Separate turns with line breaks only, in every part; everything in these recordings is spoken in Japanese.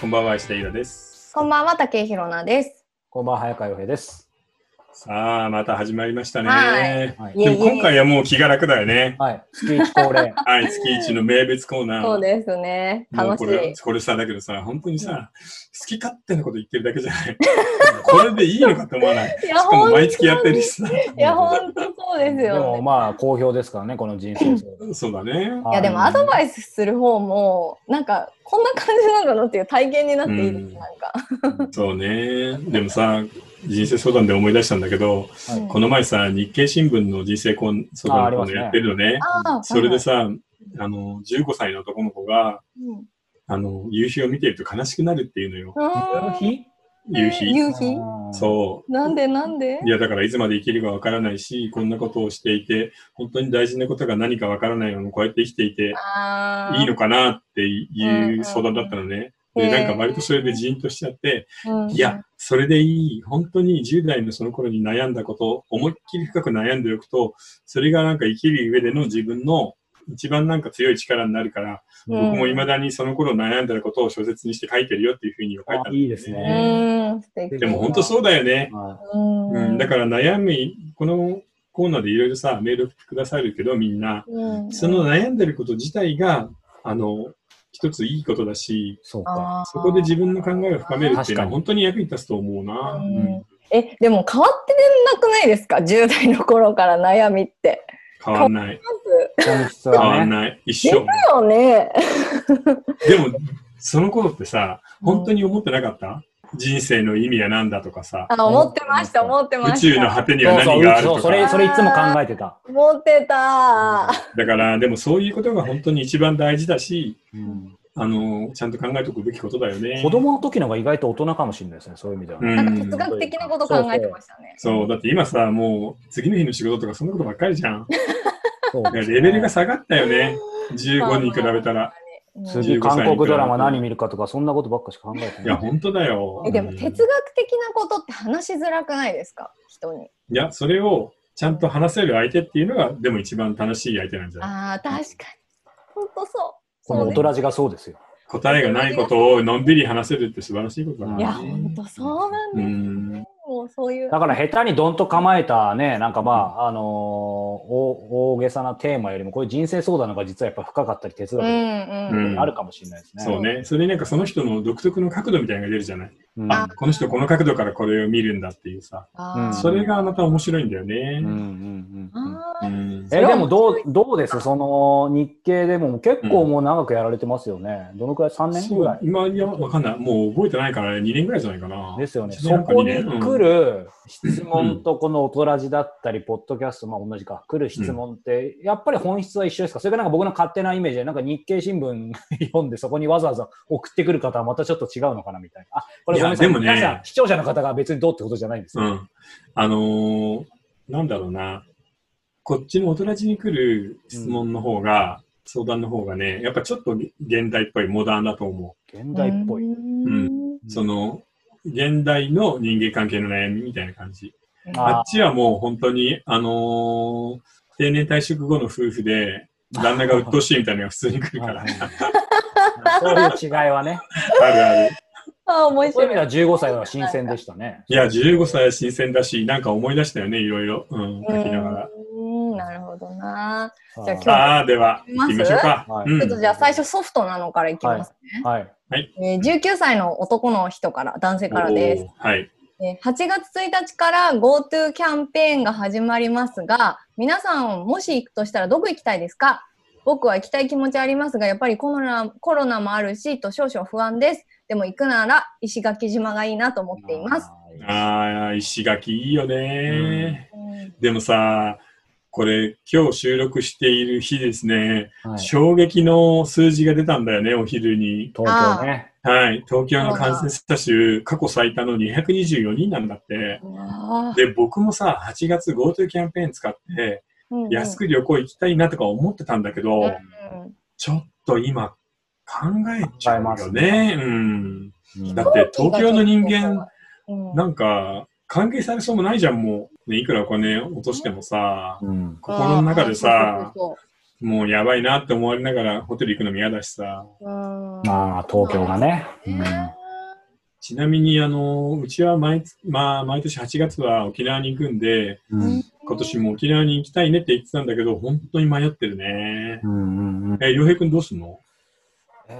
こんばんは、石田ひろです。
こんばんは、竹井ひろなです。
こんばんは、早川洋平です。
さあ、また始まりましたね。
は
はい
い
で
え
も今回はもう気が楽だよ ね。
はい、月一恒例。
はい、月一の名物コーナー。
そうですね。
もう
楽し
こ
い。
れこれさ、だけどさ、本当にさ、好き勝手なこと言ってるだけじゃ ない。これでいいのかと思わない。
いや
しかも毎月
本当に
やってるしさ。
いや、本当そうです
で
よ、
も
ね。
まあ、好評ですからね、この人生相談。
そうだね。
いや、でも
はい
アドバイスする方も、なんか、こんな感じなんだなっていう体験になっていいです、
うん
なんか。
そうね。でもさ、人生相談で思い出したんだけど、
はい
この前さ、日経新聞の人生コン相
あ
談
あり
コー
ます
ナ
ね
ーやってるのね。
ああ
それで、
は
さ、あの、15歳の男の子が、
いはいうん
あの、夕日を見てると悲しくなるっていうのよ。
うーん
夕
夕日。
夕日
日
そ
なんでなんで
う。いや、だからいつまで生きるかわからないし、こんなことをしていて、本当に大事なことが何かわからないままこうやって生きていて、
ああ。
いいのかなって
うん
い
うん
う相談だったのね。
へ
で、
ー
なんか割とそれでジーンとしちゃって、
うん
いや、それでいい。本当に10代のその頃に悩んだこと、思いっきり深く悩んでおくと、それがなんか生きる上での自分の一番なんか強い力になるから、
うん
僕も未だにその頃悩んだことを小説にして書いてるよっていうふうに書いたんだよ
あいいです
う
ね
ーん、素敵。
でも本当そうだよね。
は
うん。
うん、だから悩み、このコーナーでいろいろさ、メールくださるけど、みんな、
うん
その悩んでること自体が、あの、一ついいことだし
い、、そうか。
あー
そこで自分の考えを深めるっていうの
確か
は
に
本当に役に立つと思うな。
う
うん
んえ、でも変わってなくないですか ?10 代の頃から悩みって。
変わんない。
本質
変わ
は
ん
ね。
ない。一
です
緒。
よね。
でも、その頃ってさ、本当に思ってなかった人生の意味は何だとかさ、
あ、思ってました、思ってま
宇
した。
宙の果てには
そうそう
何がある
そ
と
う、そ
か。
れ、それいつも考えてた。
思ってた。
だから、でもそういうことが本当に一番大事だし、
うん
あの、ちゃんと考えておくべきことだよね。
子供の時の方が意外と大人かもしれないですね、そういう意味では。
うん
なんか哲学的なこと考えてましたね。
そう、だって今さ、もう次の日の仕事とかそんなことばっかりじゃ ん。
そう
だからレベルが下がったよね。15に比べたら。
うん。
次、
15歳
韓国ドラマ何見るかとか、そんなことばっかしか考えて
いや、
ない。
本当だよ。
えでも
うん
哲学的なことって話しづらくないですか人に。
いや、それをちゃんと話せる相手っていうのが、でも一番楽しい相手なんじゃない
ああ、確かに。本当そう。
この
そう
大
ね
人じがそうですよ。
答えがないことをのんびり話せるって素晴らしいことだ
いや、
な。
本当そうなん
う
です。
ん。
もうそういう。
だから下手にどんと構えたね、なんかまあ、あのーお大げさなテーマよりも、こういう人生相談の方が実はやっぱ深かったり、哲
う
学
んうん。
あるかもしれないですね。
そうね。それになんかその人の独特の角度みたいなのが出るじゃない。
うん
あ、この人この角度からこれを見るんだっていうさ。
あー
それがまた面白いんだよね
うん。うんうんうん
あ
う
ー
ん。
えでもどうどうですその日経でも結構もう長くやられてますよね。どのくらい ?3 年
そ
ぐら
う
い、
今、いや、わかんない。もう覚えてないから、ね、2年ぐらいじゃないかな。
ですよね。
一
そ
年か
こ
二
に
年
来る質問とこの大人じだったり、ポッドキャスト、まあ同じか、来る質問って、やっぱり本質は一緒ですかそれからなんか僕の勝手なイメージで、なんか日経新聞読んで、そこにわざわざ送ってくる方はまたちょっと違うのかなみたいな。あ、これごめんなさい。
いやでもね
皆さん視聴者の方が別にどうってことじゃないんです
う
よ。
ん。あのーなんだろうな。こっちの大人じに来る質問の方が、相談の方がね、やっぱちょっと現代っぽい、モダンだと思
現代っぽい。
うん
う。その、現代の人間関係の悩みみたいな感じ。
あー
あっちはもう本当に、あのー定年退職後の夫婦で、旦那が鬱陶しいみたいなのが普通に来るから
はい。はいそういう違いはね。
あるある。
あー、面
そういう
白
意
い。
味では15歳は新鮮でしたね。
いや、15歳は新鮮だし、なんか思い出したよね、いろいろ。うん、書きながら。
うん、なるほどな。
じ
じゃあ今日
ああ、では、行ってみましょうか。
は
う
い
ん
ちょっとじゃあ最初ソフトなのからいきますね。
はい。
えー19歳の男の人から、男性からです。
おーはい。
えー8月1日から GoTo キャンペーンが始まりますが、皆さんもし行くとしたらどこ行きたいですか僕は行きたい気持ちありますが、やっぱりコロナコロナもあるし、と少々不安です。でも行くなら石垣島がいいなと思っています。
あ
ああ、石垣いいよね、でもさ、これ、今日収録している日ですね、
ー。はい
衝撃の数字が出たんだよね、お昼に。
東京ね。
はい。東京の感染者数、過去最多の224人なんだって。
うわー
で、僕もさ、8月 GoTo キャンペーン使って、
うんうん
安く旅行行きたいなとか思ってたんだけど、
うん
ちょっと今、考えちゃう
考えます
よね。
ね
うん。
うん
だって、東京の人間、、
うん
なんか、歓迎されそうもないじゃん、もう。ね、いくらお金落としてもさ、
うん
心の中でさ、
そう
もうやばいなって思われながらホテル行くのも嫌だしさ。
うん
まあ、東京がね。う
ね
ん
ちなみに、あの、うちは毎月、まあ、毎年8月は沖縄に行くんで、
うんうん
今年も沖縄に行きたいねって言ってたんだけど、本当に迷ってるね。
うんうん
え、洋平くんどうすんの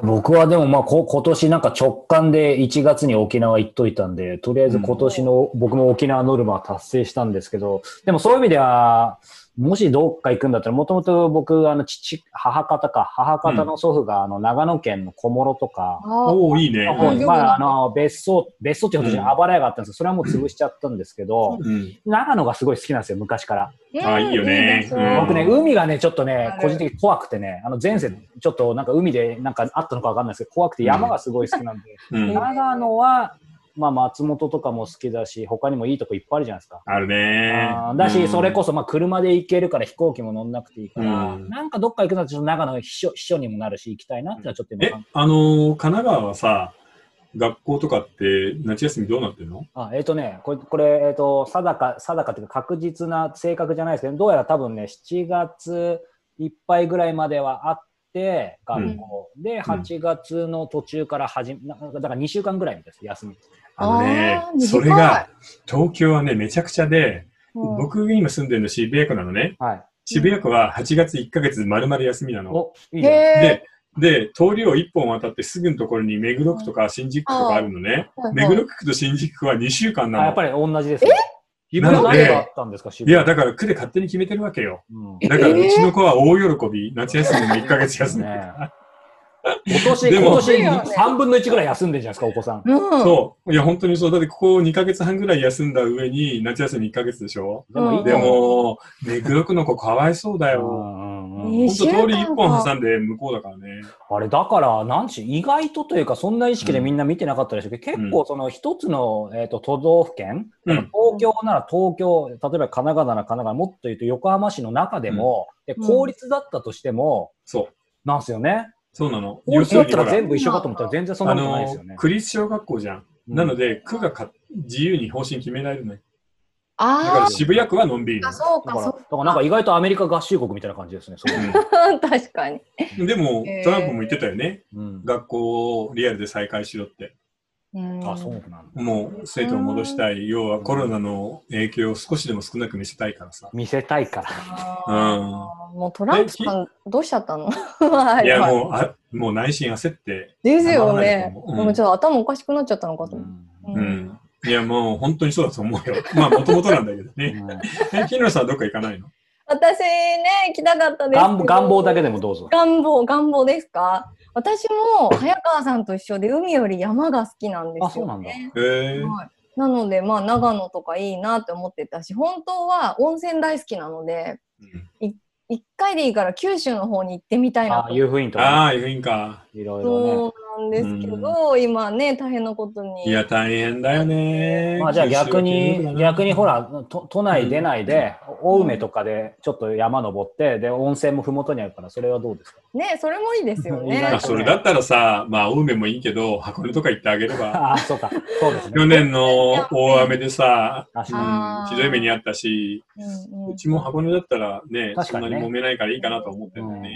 僕はでもまあこ今年なんか直感で1月に沖縄行っといたんで、とりあえず今年の僕も沖縄ノルマは達成したんですけど、でもそういう意味では、もしどっか行くんだったら、もともと僕、あの父、母方か、母方の祖父があの長野県の小諸とか、
あ
おおー、いいね。
あ
うん
まあ、あの別荘、別荘っていうことじゃない
うん
あばら屋があったんですけど、それはもう潰しちゃったんですけど、
うん。
長野がすごい好きなんですよ、昔から。
あいいよね
うん
うん
僕ね、海がね、ちょっとね
あ、る
個人的に怖くてね、あの前世、ちょっとなんか海でなんかあったのかわかんないですけど、怖くて山がすごい好きなんで、
うん。
長野は、まあ松本とかも好きだし、他にもいいとこいっぱいあるじゃないですか。
あるね
あー。だし、それこそ、まあ、車で行けるから飛行機も乗んなくていいから、
うん
なんかどっか行くのはちょっと長野の秘書秘書にもなるし、行きたいなってのはちょっと今
え
考え、
あのー神奈川はさ、学校とかって夏休みどうなってるの
あ、えっ、とね、これ、これ、えっ、と、定か、定かというか確実な正確じゃないですけど、どうやら多分ね、7月いっぱいぐらいまではあって、学校。で、8月の途中から始め、なんかだから2週間ぐらいです、休み。
あのね
あー短、い
それが、東京はね、めちゃくちゃで、
うん
僕が今住んでるの渋谷区なのね。
はい。
渋谷区は8月1ヶ月丸々休みなの。
お、いいじゃない
へ
で、で、通りを1本渡ってすぐのところに目黒区とか新宿区とかあるのね。
ー
目黒区と新宿区は2週間
あや
な
っぱ
の。
り同じですね。え
なの
何があ
で
っ、たんですか、渋
い
谷
や、だから区で勝手に決めてるわけよ。
うん
だから
えー
うちの子は大喜び、夏休みも1ヶ月 休み。
ね今年、
でも
今年3分の1ぐらい休んでるじゃないですか、お子さん。
うん
そう。いや、本当にそう。だってここ2ヶ月半ぐらい休んだ上に、夏休み1ヶ月でしょ
でもいい
で
かも。
も、目黒区の子かわいそうだ
う
よ。
んうんうん
本当通り
え一週
1
間
本
か
挟んで向こうだからね。
あれだから、なんち意外とというか、そんな意識でみんな見てなかったでしょうけど、
うん
結構その一つの、えー、と都道府県、
うん
東京なら東京、例えば神奈川なら神奈川、もっと言うと横浜市の中でも、
うん
で公立だったとしても、
そう。
なんですよね。
そうなの。
公立だったら
要する
全
に
部一緒かと思ったら全然そん
ほらあ
なことないで
の
すよね。
区立小学校じゃん。
うん
なので、区がか自由に方針決められるのよだか
あ
ら渋谷区はのんびり
ー
な
あ、
の
そう
だ
か、
から、だ
そ
からなんか意外とアメリカ合衆国みたいな感じですね。それ
うか、 確かに。
うんでも
へ、ー
トランプも言ってたよね。
うん、
学校をリアルで再開しろって。
うん
あ、そうなんだ。
もう生徒を戻したい。要はコロナの影響を少しでも少なく見せたいからさ。
見せたいから。
あーもうトランプさん、どうしちゃったの はい
や、
は
もう、あもう内心焦って。
ですよ
た
ね。
まらないと思ううん
もうちょっと頭おかしくなっちゃったのかと
う
思
ん
う。
う。ん。いや、もう本当にそうだと思うよ。 まあ、もともとなんだけど ね。え、木野さんはどっか行かないの
私ね、行きたかったですけど。
願願望だけでもどうぞ。
願望、願望ですか私も早川さんと一緒で海より山が好きなんですよ、ね。
あそうなんだ
えー、
はいなので、まあ、長野とかいいなって思ってたし、本当は温泉大好きなので、一回でいいから九州の方に行ってみたいな
あ
と。
あ、遊夫員とか
ああ、いいんか。
ね、いろいろね。
そうなんですけど、今ね、大変なことに。
いや、大変だよね。
まあじゃあ
九
逆
州は
に、
金曜日だな
逆にほら、都都内出ないで、青梅とかでちょっと山登って、で、温泉もふもとにあるから、それはどうですか
ね、それもいいですよ
意
ね
外。
あ、それだったらさ、まあ、青梅もいいけど、箱根とか行って あげれ ば。
ああ、そうか。そうです
去
ね。
年の大雨でさ、
確
う
か
ん
あー
ひどい目にあったし、
うんうん
うちも箱根だったらね、
確
そ
か
ん
に
な
ね
に揉めないからいいかなと思ってんだよね。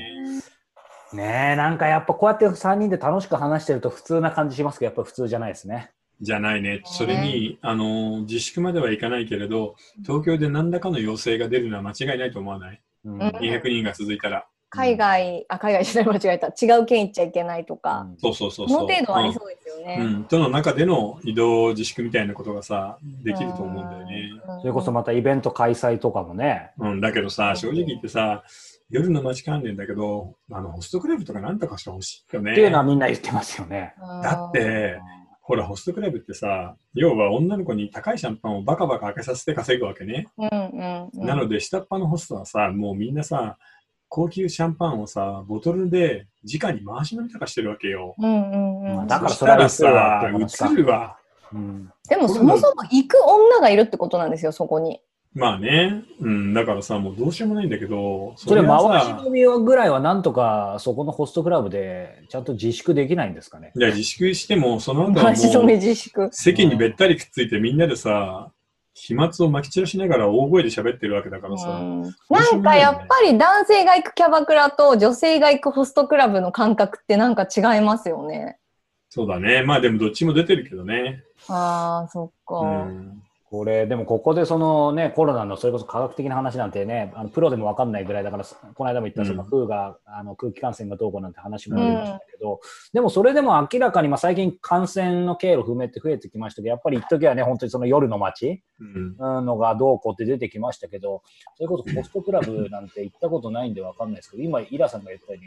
にねえ、なんかやっぱこうやって3人で楽しく話してると普通な感じしますけど、やっぱ普通じゃないですね。
じゃないね。それに、あの、自粛まではいかないけれど、東京で何らかの陽性が出るのは間違いないと思わない
うん
うん
?200 人が続いたら。
海外、あ、海外じゃない、間違えた。違う県行っちゃいけないとか、
そうそうそう
こ
そう。
の程度はありそうですよね。
うん、との中での移動自粛みたいなことがさできると思うんだよね。
うん。
それこそまたイベント開催とかもね。
うん、だけどさ正直言ってさ夜の街関連だけどあのホストクラブとかなんとかしてほしいよね。
っていうのはみんな言ってますよね。
うん
だっ、てほらホストクラブってさ要は女の子に高いシャンパンをバカバカ開けさせて稼ぐわけね。
うんうんうん、
なので下っ端のホストはさもうみんなさ高級シャンパンをさボトルで直に回し飲みとかしてるわけよ。
うんうん
ま
う
あ
ん、
だから
したら
それは
さ
映るわってことか
映るわ。
うん
でもそもそも行く女がいるってことなんですよ、そこに。
まあね、うん、だからさ、もうどうしようもないんだけど、
それ
りゃさ
回し飲みぐらいはなんとかそこのホストクラブでちゃんと自粛できないんですかね。
いや、自粛しても、その後は
回し飲み
もう、
自粛。
席にべったりくっついてみんなでさ、飛沫をまき散らしながら大声で喋ってるわけだからさ、
うんなんかやっぱり男性が行くキャバクラと女性が行くホストクラブの感覚ってなんか違いますよね。
そうだね。まあでもどっちも出てるけどね。
ああ、そっか。
うん。
これ、でもここでそのね、コロナのそれこそ科学的な話なんてね、あのプロでもわかんないぐらいだから、そこの間も言った
うん
その空が、あの空気感染がどうこうなんて話も
うん
ありましたけど、でもそれでも明らかに、まあ、最近感染の経路不明って増えてきましたけど、やっぱり一時はね、本当にその夜の街
うん。
うんのがどうこうって出てきましたけど、それこそホストクラブなんて行ったことないんでわかんないですけど、今、イラさんが言ったよう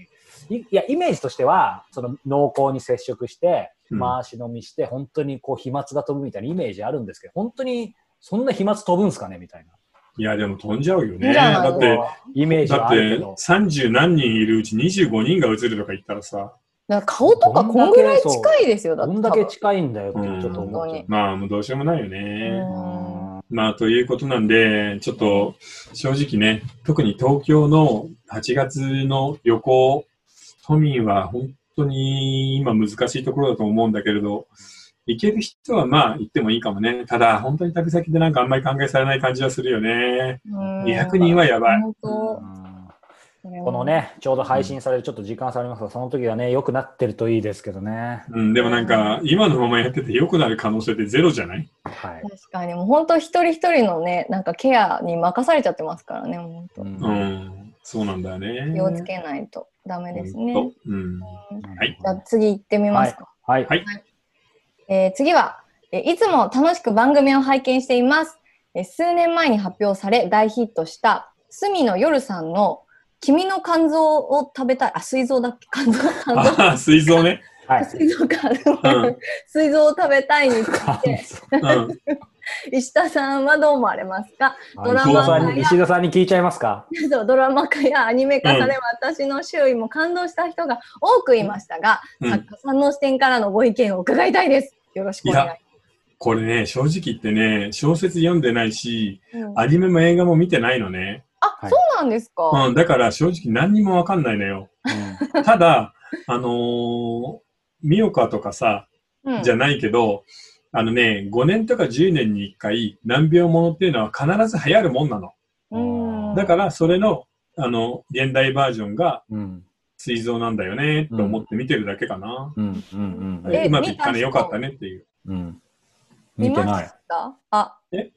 に、いいや、イメージとしては、その濃厚に接触して、
うん
回し飲みして、本当にこう飛沫が飛ぶみたいなイメージあるんですけど、本当にそんな飛沫飛ぶんすかねみたいな。
いや、でも飛んじゃうよ
い
ね。
いじゃな
だ
い
って、
イメージ
だっ
はあるけ
て
ど。
30何人いるうち25人が映るとか言ったらさ、
だから顔とかこんぐらい近いですよ、だ
ど
って
ん
多
だけ
分。
近いんだよってちょっと思っちゃう。
まあもうどうしようもないよね。
うん
まあということなんで、ちょっと正直ね、特に東京の8月の旅行、都民は本当に今難しいところだと思うんだけれど、行ける人はまあ行ってもいいかもね。ただ本当に旅先でなんかあんまり考えされない感じはするよね。
うん
200人はやばい。
本当
うん
それは
このね、ちょうど配信されるちょっと時間差ありますが、その時はね、良くなってるといいですけどね。
うん、でもなんか今のままやってて良くなる可能性ってゼロじゃない
はい。
確かにもう本当一人一人のねなんかケアに任されちゃってますからねもう
う
本
うんん、そうなんだよね。
当気をつけないとダメですね、
本当うん。はい
じゃあ次行ってみますか、
はい。
はい
えー次は、えーいつも楽しく番組を拝見しています、えー数年前に発表され大ヒットした隅野夜さんの「君の肝臓を食べたい」あ膵臓だっけ肝臓肝臓
ああ、水槽ね。
はい。
膵臓か
うん
膵臓を食べたいについ て
うん。
石田さんはどう思われますかドラ
石
マ
田
が
さんに、石田さんに聞いちゃいますか
そうドラマ化やアニメ化され、私の周囲も感動した人が多くいましたが、
うん
作家さんの視点からのご意見を伺いたいです。よろしくお願いし
これね、正直言ってね、小説読んでないし、
ます。うんあ、
アニメも映画も見てないのね。
はい
そうなんですか。
うん、だから正直何にもわかんないの よ。ただ、あのー、ミオカとかさ、
うん
じゃないけど、あのね、5年とか10年に1回、難病ものっていうのは必ず流行るもんなの。
うん
だから、それの、あの、現代バージョンが、
うん。
膵臓なんだよね、と思って見てるだけかな。
うん。うん。
え
うまくいった
見た
ね、
人
よかったねっていう。
うん。
見
見て
ま
な
し
い。
たあ
え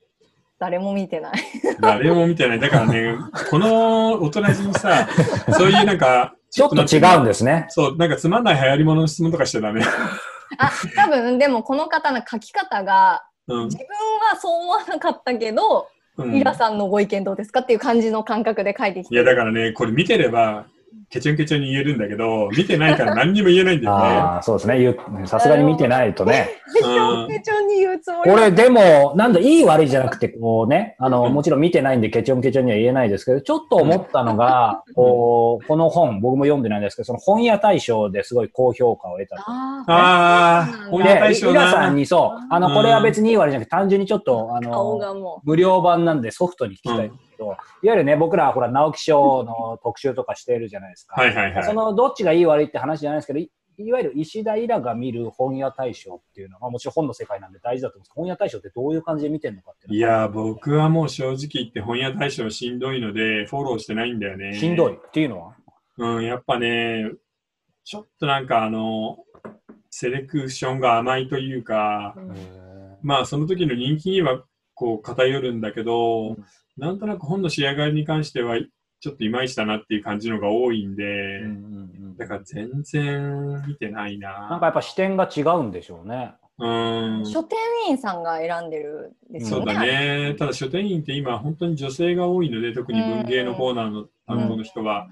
誰も見てない。
誰も見てない。だからね、この大人人にさ、そういうなんか、
ちょっと違うんですね。
そう、なんかつまんない流行り物の質問とかしちゃダメ。
あ多分でもこの方の書き方が
うん
自分はそう思わなかったけど、
うん。
イ
い
ラさんのご意見どうですかっていう感じの感覚で書いてきて
や、だからね、これ見てれば、ケチョンケチョンに言えるんだけど、見てないから何にも言えないんだよ
ああ、そうですねゆ。さすがに見てないとね。
ね。
丁寧に言うつも
こ
り
れでも、なんだ、いい悪いじゃなくて、こうね、あの、
うん
もちろん見てないんで、ケチョンケチョンには言えないですけど、ちょっと思ったのが、こう、この本、僕も読んでないんですけど、その本屋大賞ですごい高評価を得たと。
あー
あ
そうな
あ、
んだ
本屋
で、
大
イ
賞
ラさん
な。
にそう、あ
う
の、
ん
これは別にいい悪いじゃなくて、単純にちょっと、あ
顔
の、
がも
無料版なんでソフトに聞きたいんですけど、いわゆるね、僕ら、ほら、直木賞の特集とかしてるじゃないですか。
はいはいは
そ
い。
の、どっちがいい悪いって話じゃないですけど、いいわゆる石田イラが見る本屋大賞っていうのは、まあもちろん本の世界なんで大事だと思うんですけど、本屋大賞ってどういう感じで見てるのかっていうの
いや、僕はもう正直言って本屋大賞しんどいので、フォローしてないんだよね。
しんどい。っていうのは、
うん、やっぱね、ちょっとなんかあの、セレクションが甘いというか
う、、うん
まあその時の人気にはこう偏るんだけど、
うん
なんとなく本の仕上がりに関してはちょっといまいちだなっていう感じのが多いんで、
うんうんう
だ
ん
から全然見てない
なん
な。
かやっぱ視点が違うんでしょうね。
うん。
書店員さんが選んでるんです
そ
よ
う
ね。
だね。ただ書店員って今本当に女性が多いので、特に文芸のコーナーの
あ
担
れ
当の人は。。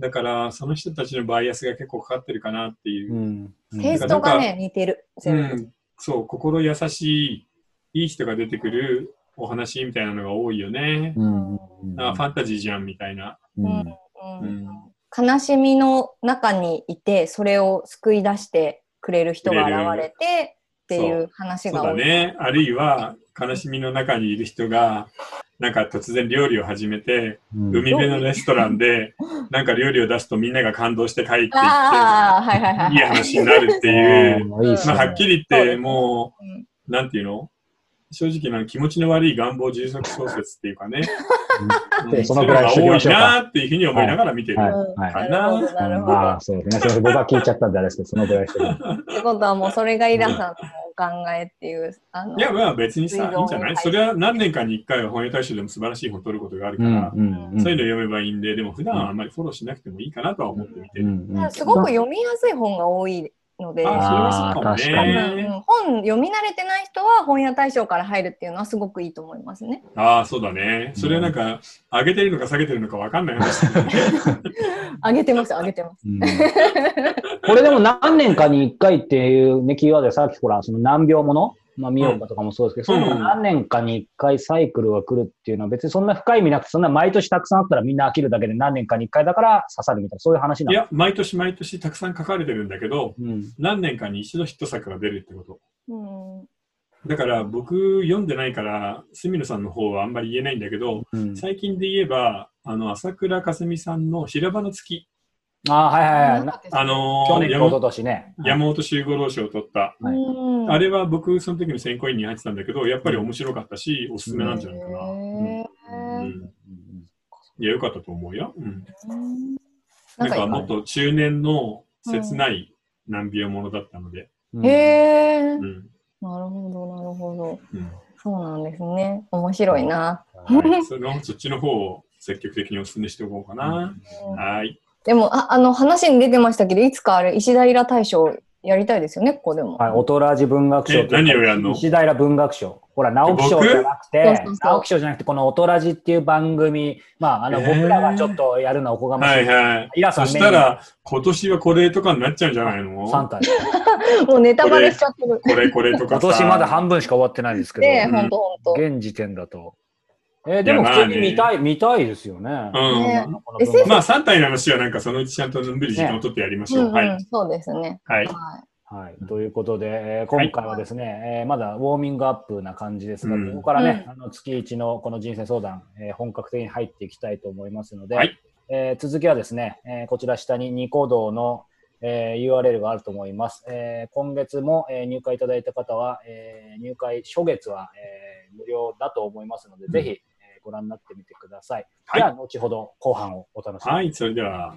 だからその人たちのバイアスが結構かかってるかなっていう。
ん。
うんテイス
か
トがね、似てる。
う
全部。
ん、そう、心優しい、いい人が出てくるお話みたいなのが多いよね。
うん。
あファンタジーじゃんみたいな。
うん
う
うんん、
悲しみの中にいて、それを救い出してくれる人が現れてっていう
そ
話
う
が
だ
多い。
ね。あるいは、悲しみの中にいる人が、なんか突然料理を始めて、
うん
海辺のレストランで、なんか料理を出すとみんなが感動して帰っていって、
ああ、はいはいはい。
いい話になるっていう。
あーいいっす
まあ、
ね
はっきり言って、もう、なんていうの正直な気持ちの悪い願望充足小説っていうかね、
で
うん
そのぐらいにし
そ
と
れが
きま
多
し
い
ょうか
なーっていうふうに思いながら見てる。
はい。
うん
は
か
い。
な
なるほど、なるほ
ま
ど。
あ、そうですね。すいません僕が聞いちゃったんであれですけど、そのぐらいしてください
ってことはもうそれがイラさんのお考えっていう。あの
いや、まあ別にさ、
水
い
道
いんじゃない
はい
それは何年かに一回は本屋大賞でも素晴らしい本を取ることがある
う
か
ん
ら、
うんうん
そういうの読めばいいんで、でも普段はあんまりフォローしなくてもいいかなとは思ってみて
う
る。
んうん
だからすごく読みやすい本が多いので、
ああ、それはそうかも
う
ね。
ん本読み慣れてない人は本屋大賞から入るっていうのはすごくいいと思いますね。
ああ、そうだね。それはなんか、上げてるのか下げてるのかわかんない話だよね。
あげてます、あげてます。
うんこれでも何年かに1回っていうね、キーワードでさっきほら、その難病もの、まあ、見ようかとかもそうですけど、
うん
そういうのが何年かに1回サイクルが来るっていうのは別にそんな深い意味なくて、そんな毎年たくさんあったらみんな飽きるだけで何年かに1回だから刺さるみたいな、そういう話ないの。
や、毎年毎年たくさん書かれてるんだけど、
うん。
何年かに一度ヒット作が出るってこと。
うん
だから僕読んでないから、住野さんの方はあんまり言えないんだけど、
うん、
最近で言えば、あの、朝倉かすみさんの平場の月、
ああ、はいはいはいな。
あの
去
ー
年と一昨年ね。
山本周五郎賞を取った、
はい
うん
あれは僕その時の選考委員に入ってたんだけど、やっぱり面白かったし、おすすめなんじゃないかな。
へ
う
ー
ん、いや、良かったと思うよ。うん、
な
なんんか
か今
もっと中年の切ない難病ものだったので。
うん
へえ、
うん。
なるほど、なるほど。
うん
そうなんですね。面白いな。
はい、そのそっちの方を積極的にお勧めしておこうかな。はい。
でも、ああの話に出てましたけど、いつかあれ、石平大賞やりたいですよね、ここでも。
はい、オトラジ文学賞
え何をやんの
石平文学賞。ほら、直木賞じゃなく
僕
て
そうそうそう、
直木賞じゃなくて、このオトラジっていう番組、まあ、あの、
えー
僕らがちょっとやるのはおこがましい。
はいはい。
イラさん
そしたら、今年はこれとかになっちゃうんじゃないの
3体。
もうネタバレしちゃってる。
これこれとか
今
さ。
年まだ半分しか終わってないですけど、
ねえ、
うん
ほんとほんと。
現時点だと。えーでも
いや
普通
まあ
に
ね
見たい、見たいですよね。
うん。
ね
この文学
SF
まあ3体の話はなんかそのうちちゃんとのんびり時間を取ってやりまし
う
ょう。
んうん、
はい。
そうですね。
はい。
は
はい、ということで、えー今回はですね、えーまだウォーミングアップな感じですが、
うん
ここからね、
う
あの月一のこの人生相談、えー本格的に入っていきたいと思いますので、
はい
えー続きはですね、えーこちら下にニコ動の、えー URL があると思います。えー今月も、えー入会いただいた方は、えー入会初月は、えー無料だと思いますので、
うん
ぜひ、えーご覧になってみてください。
はい
では、後ほど後半をお楽しみに。
はい、それでは。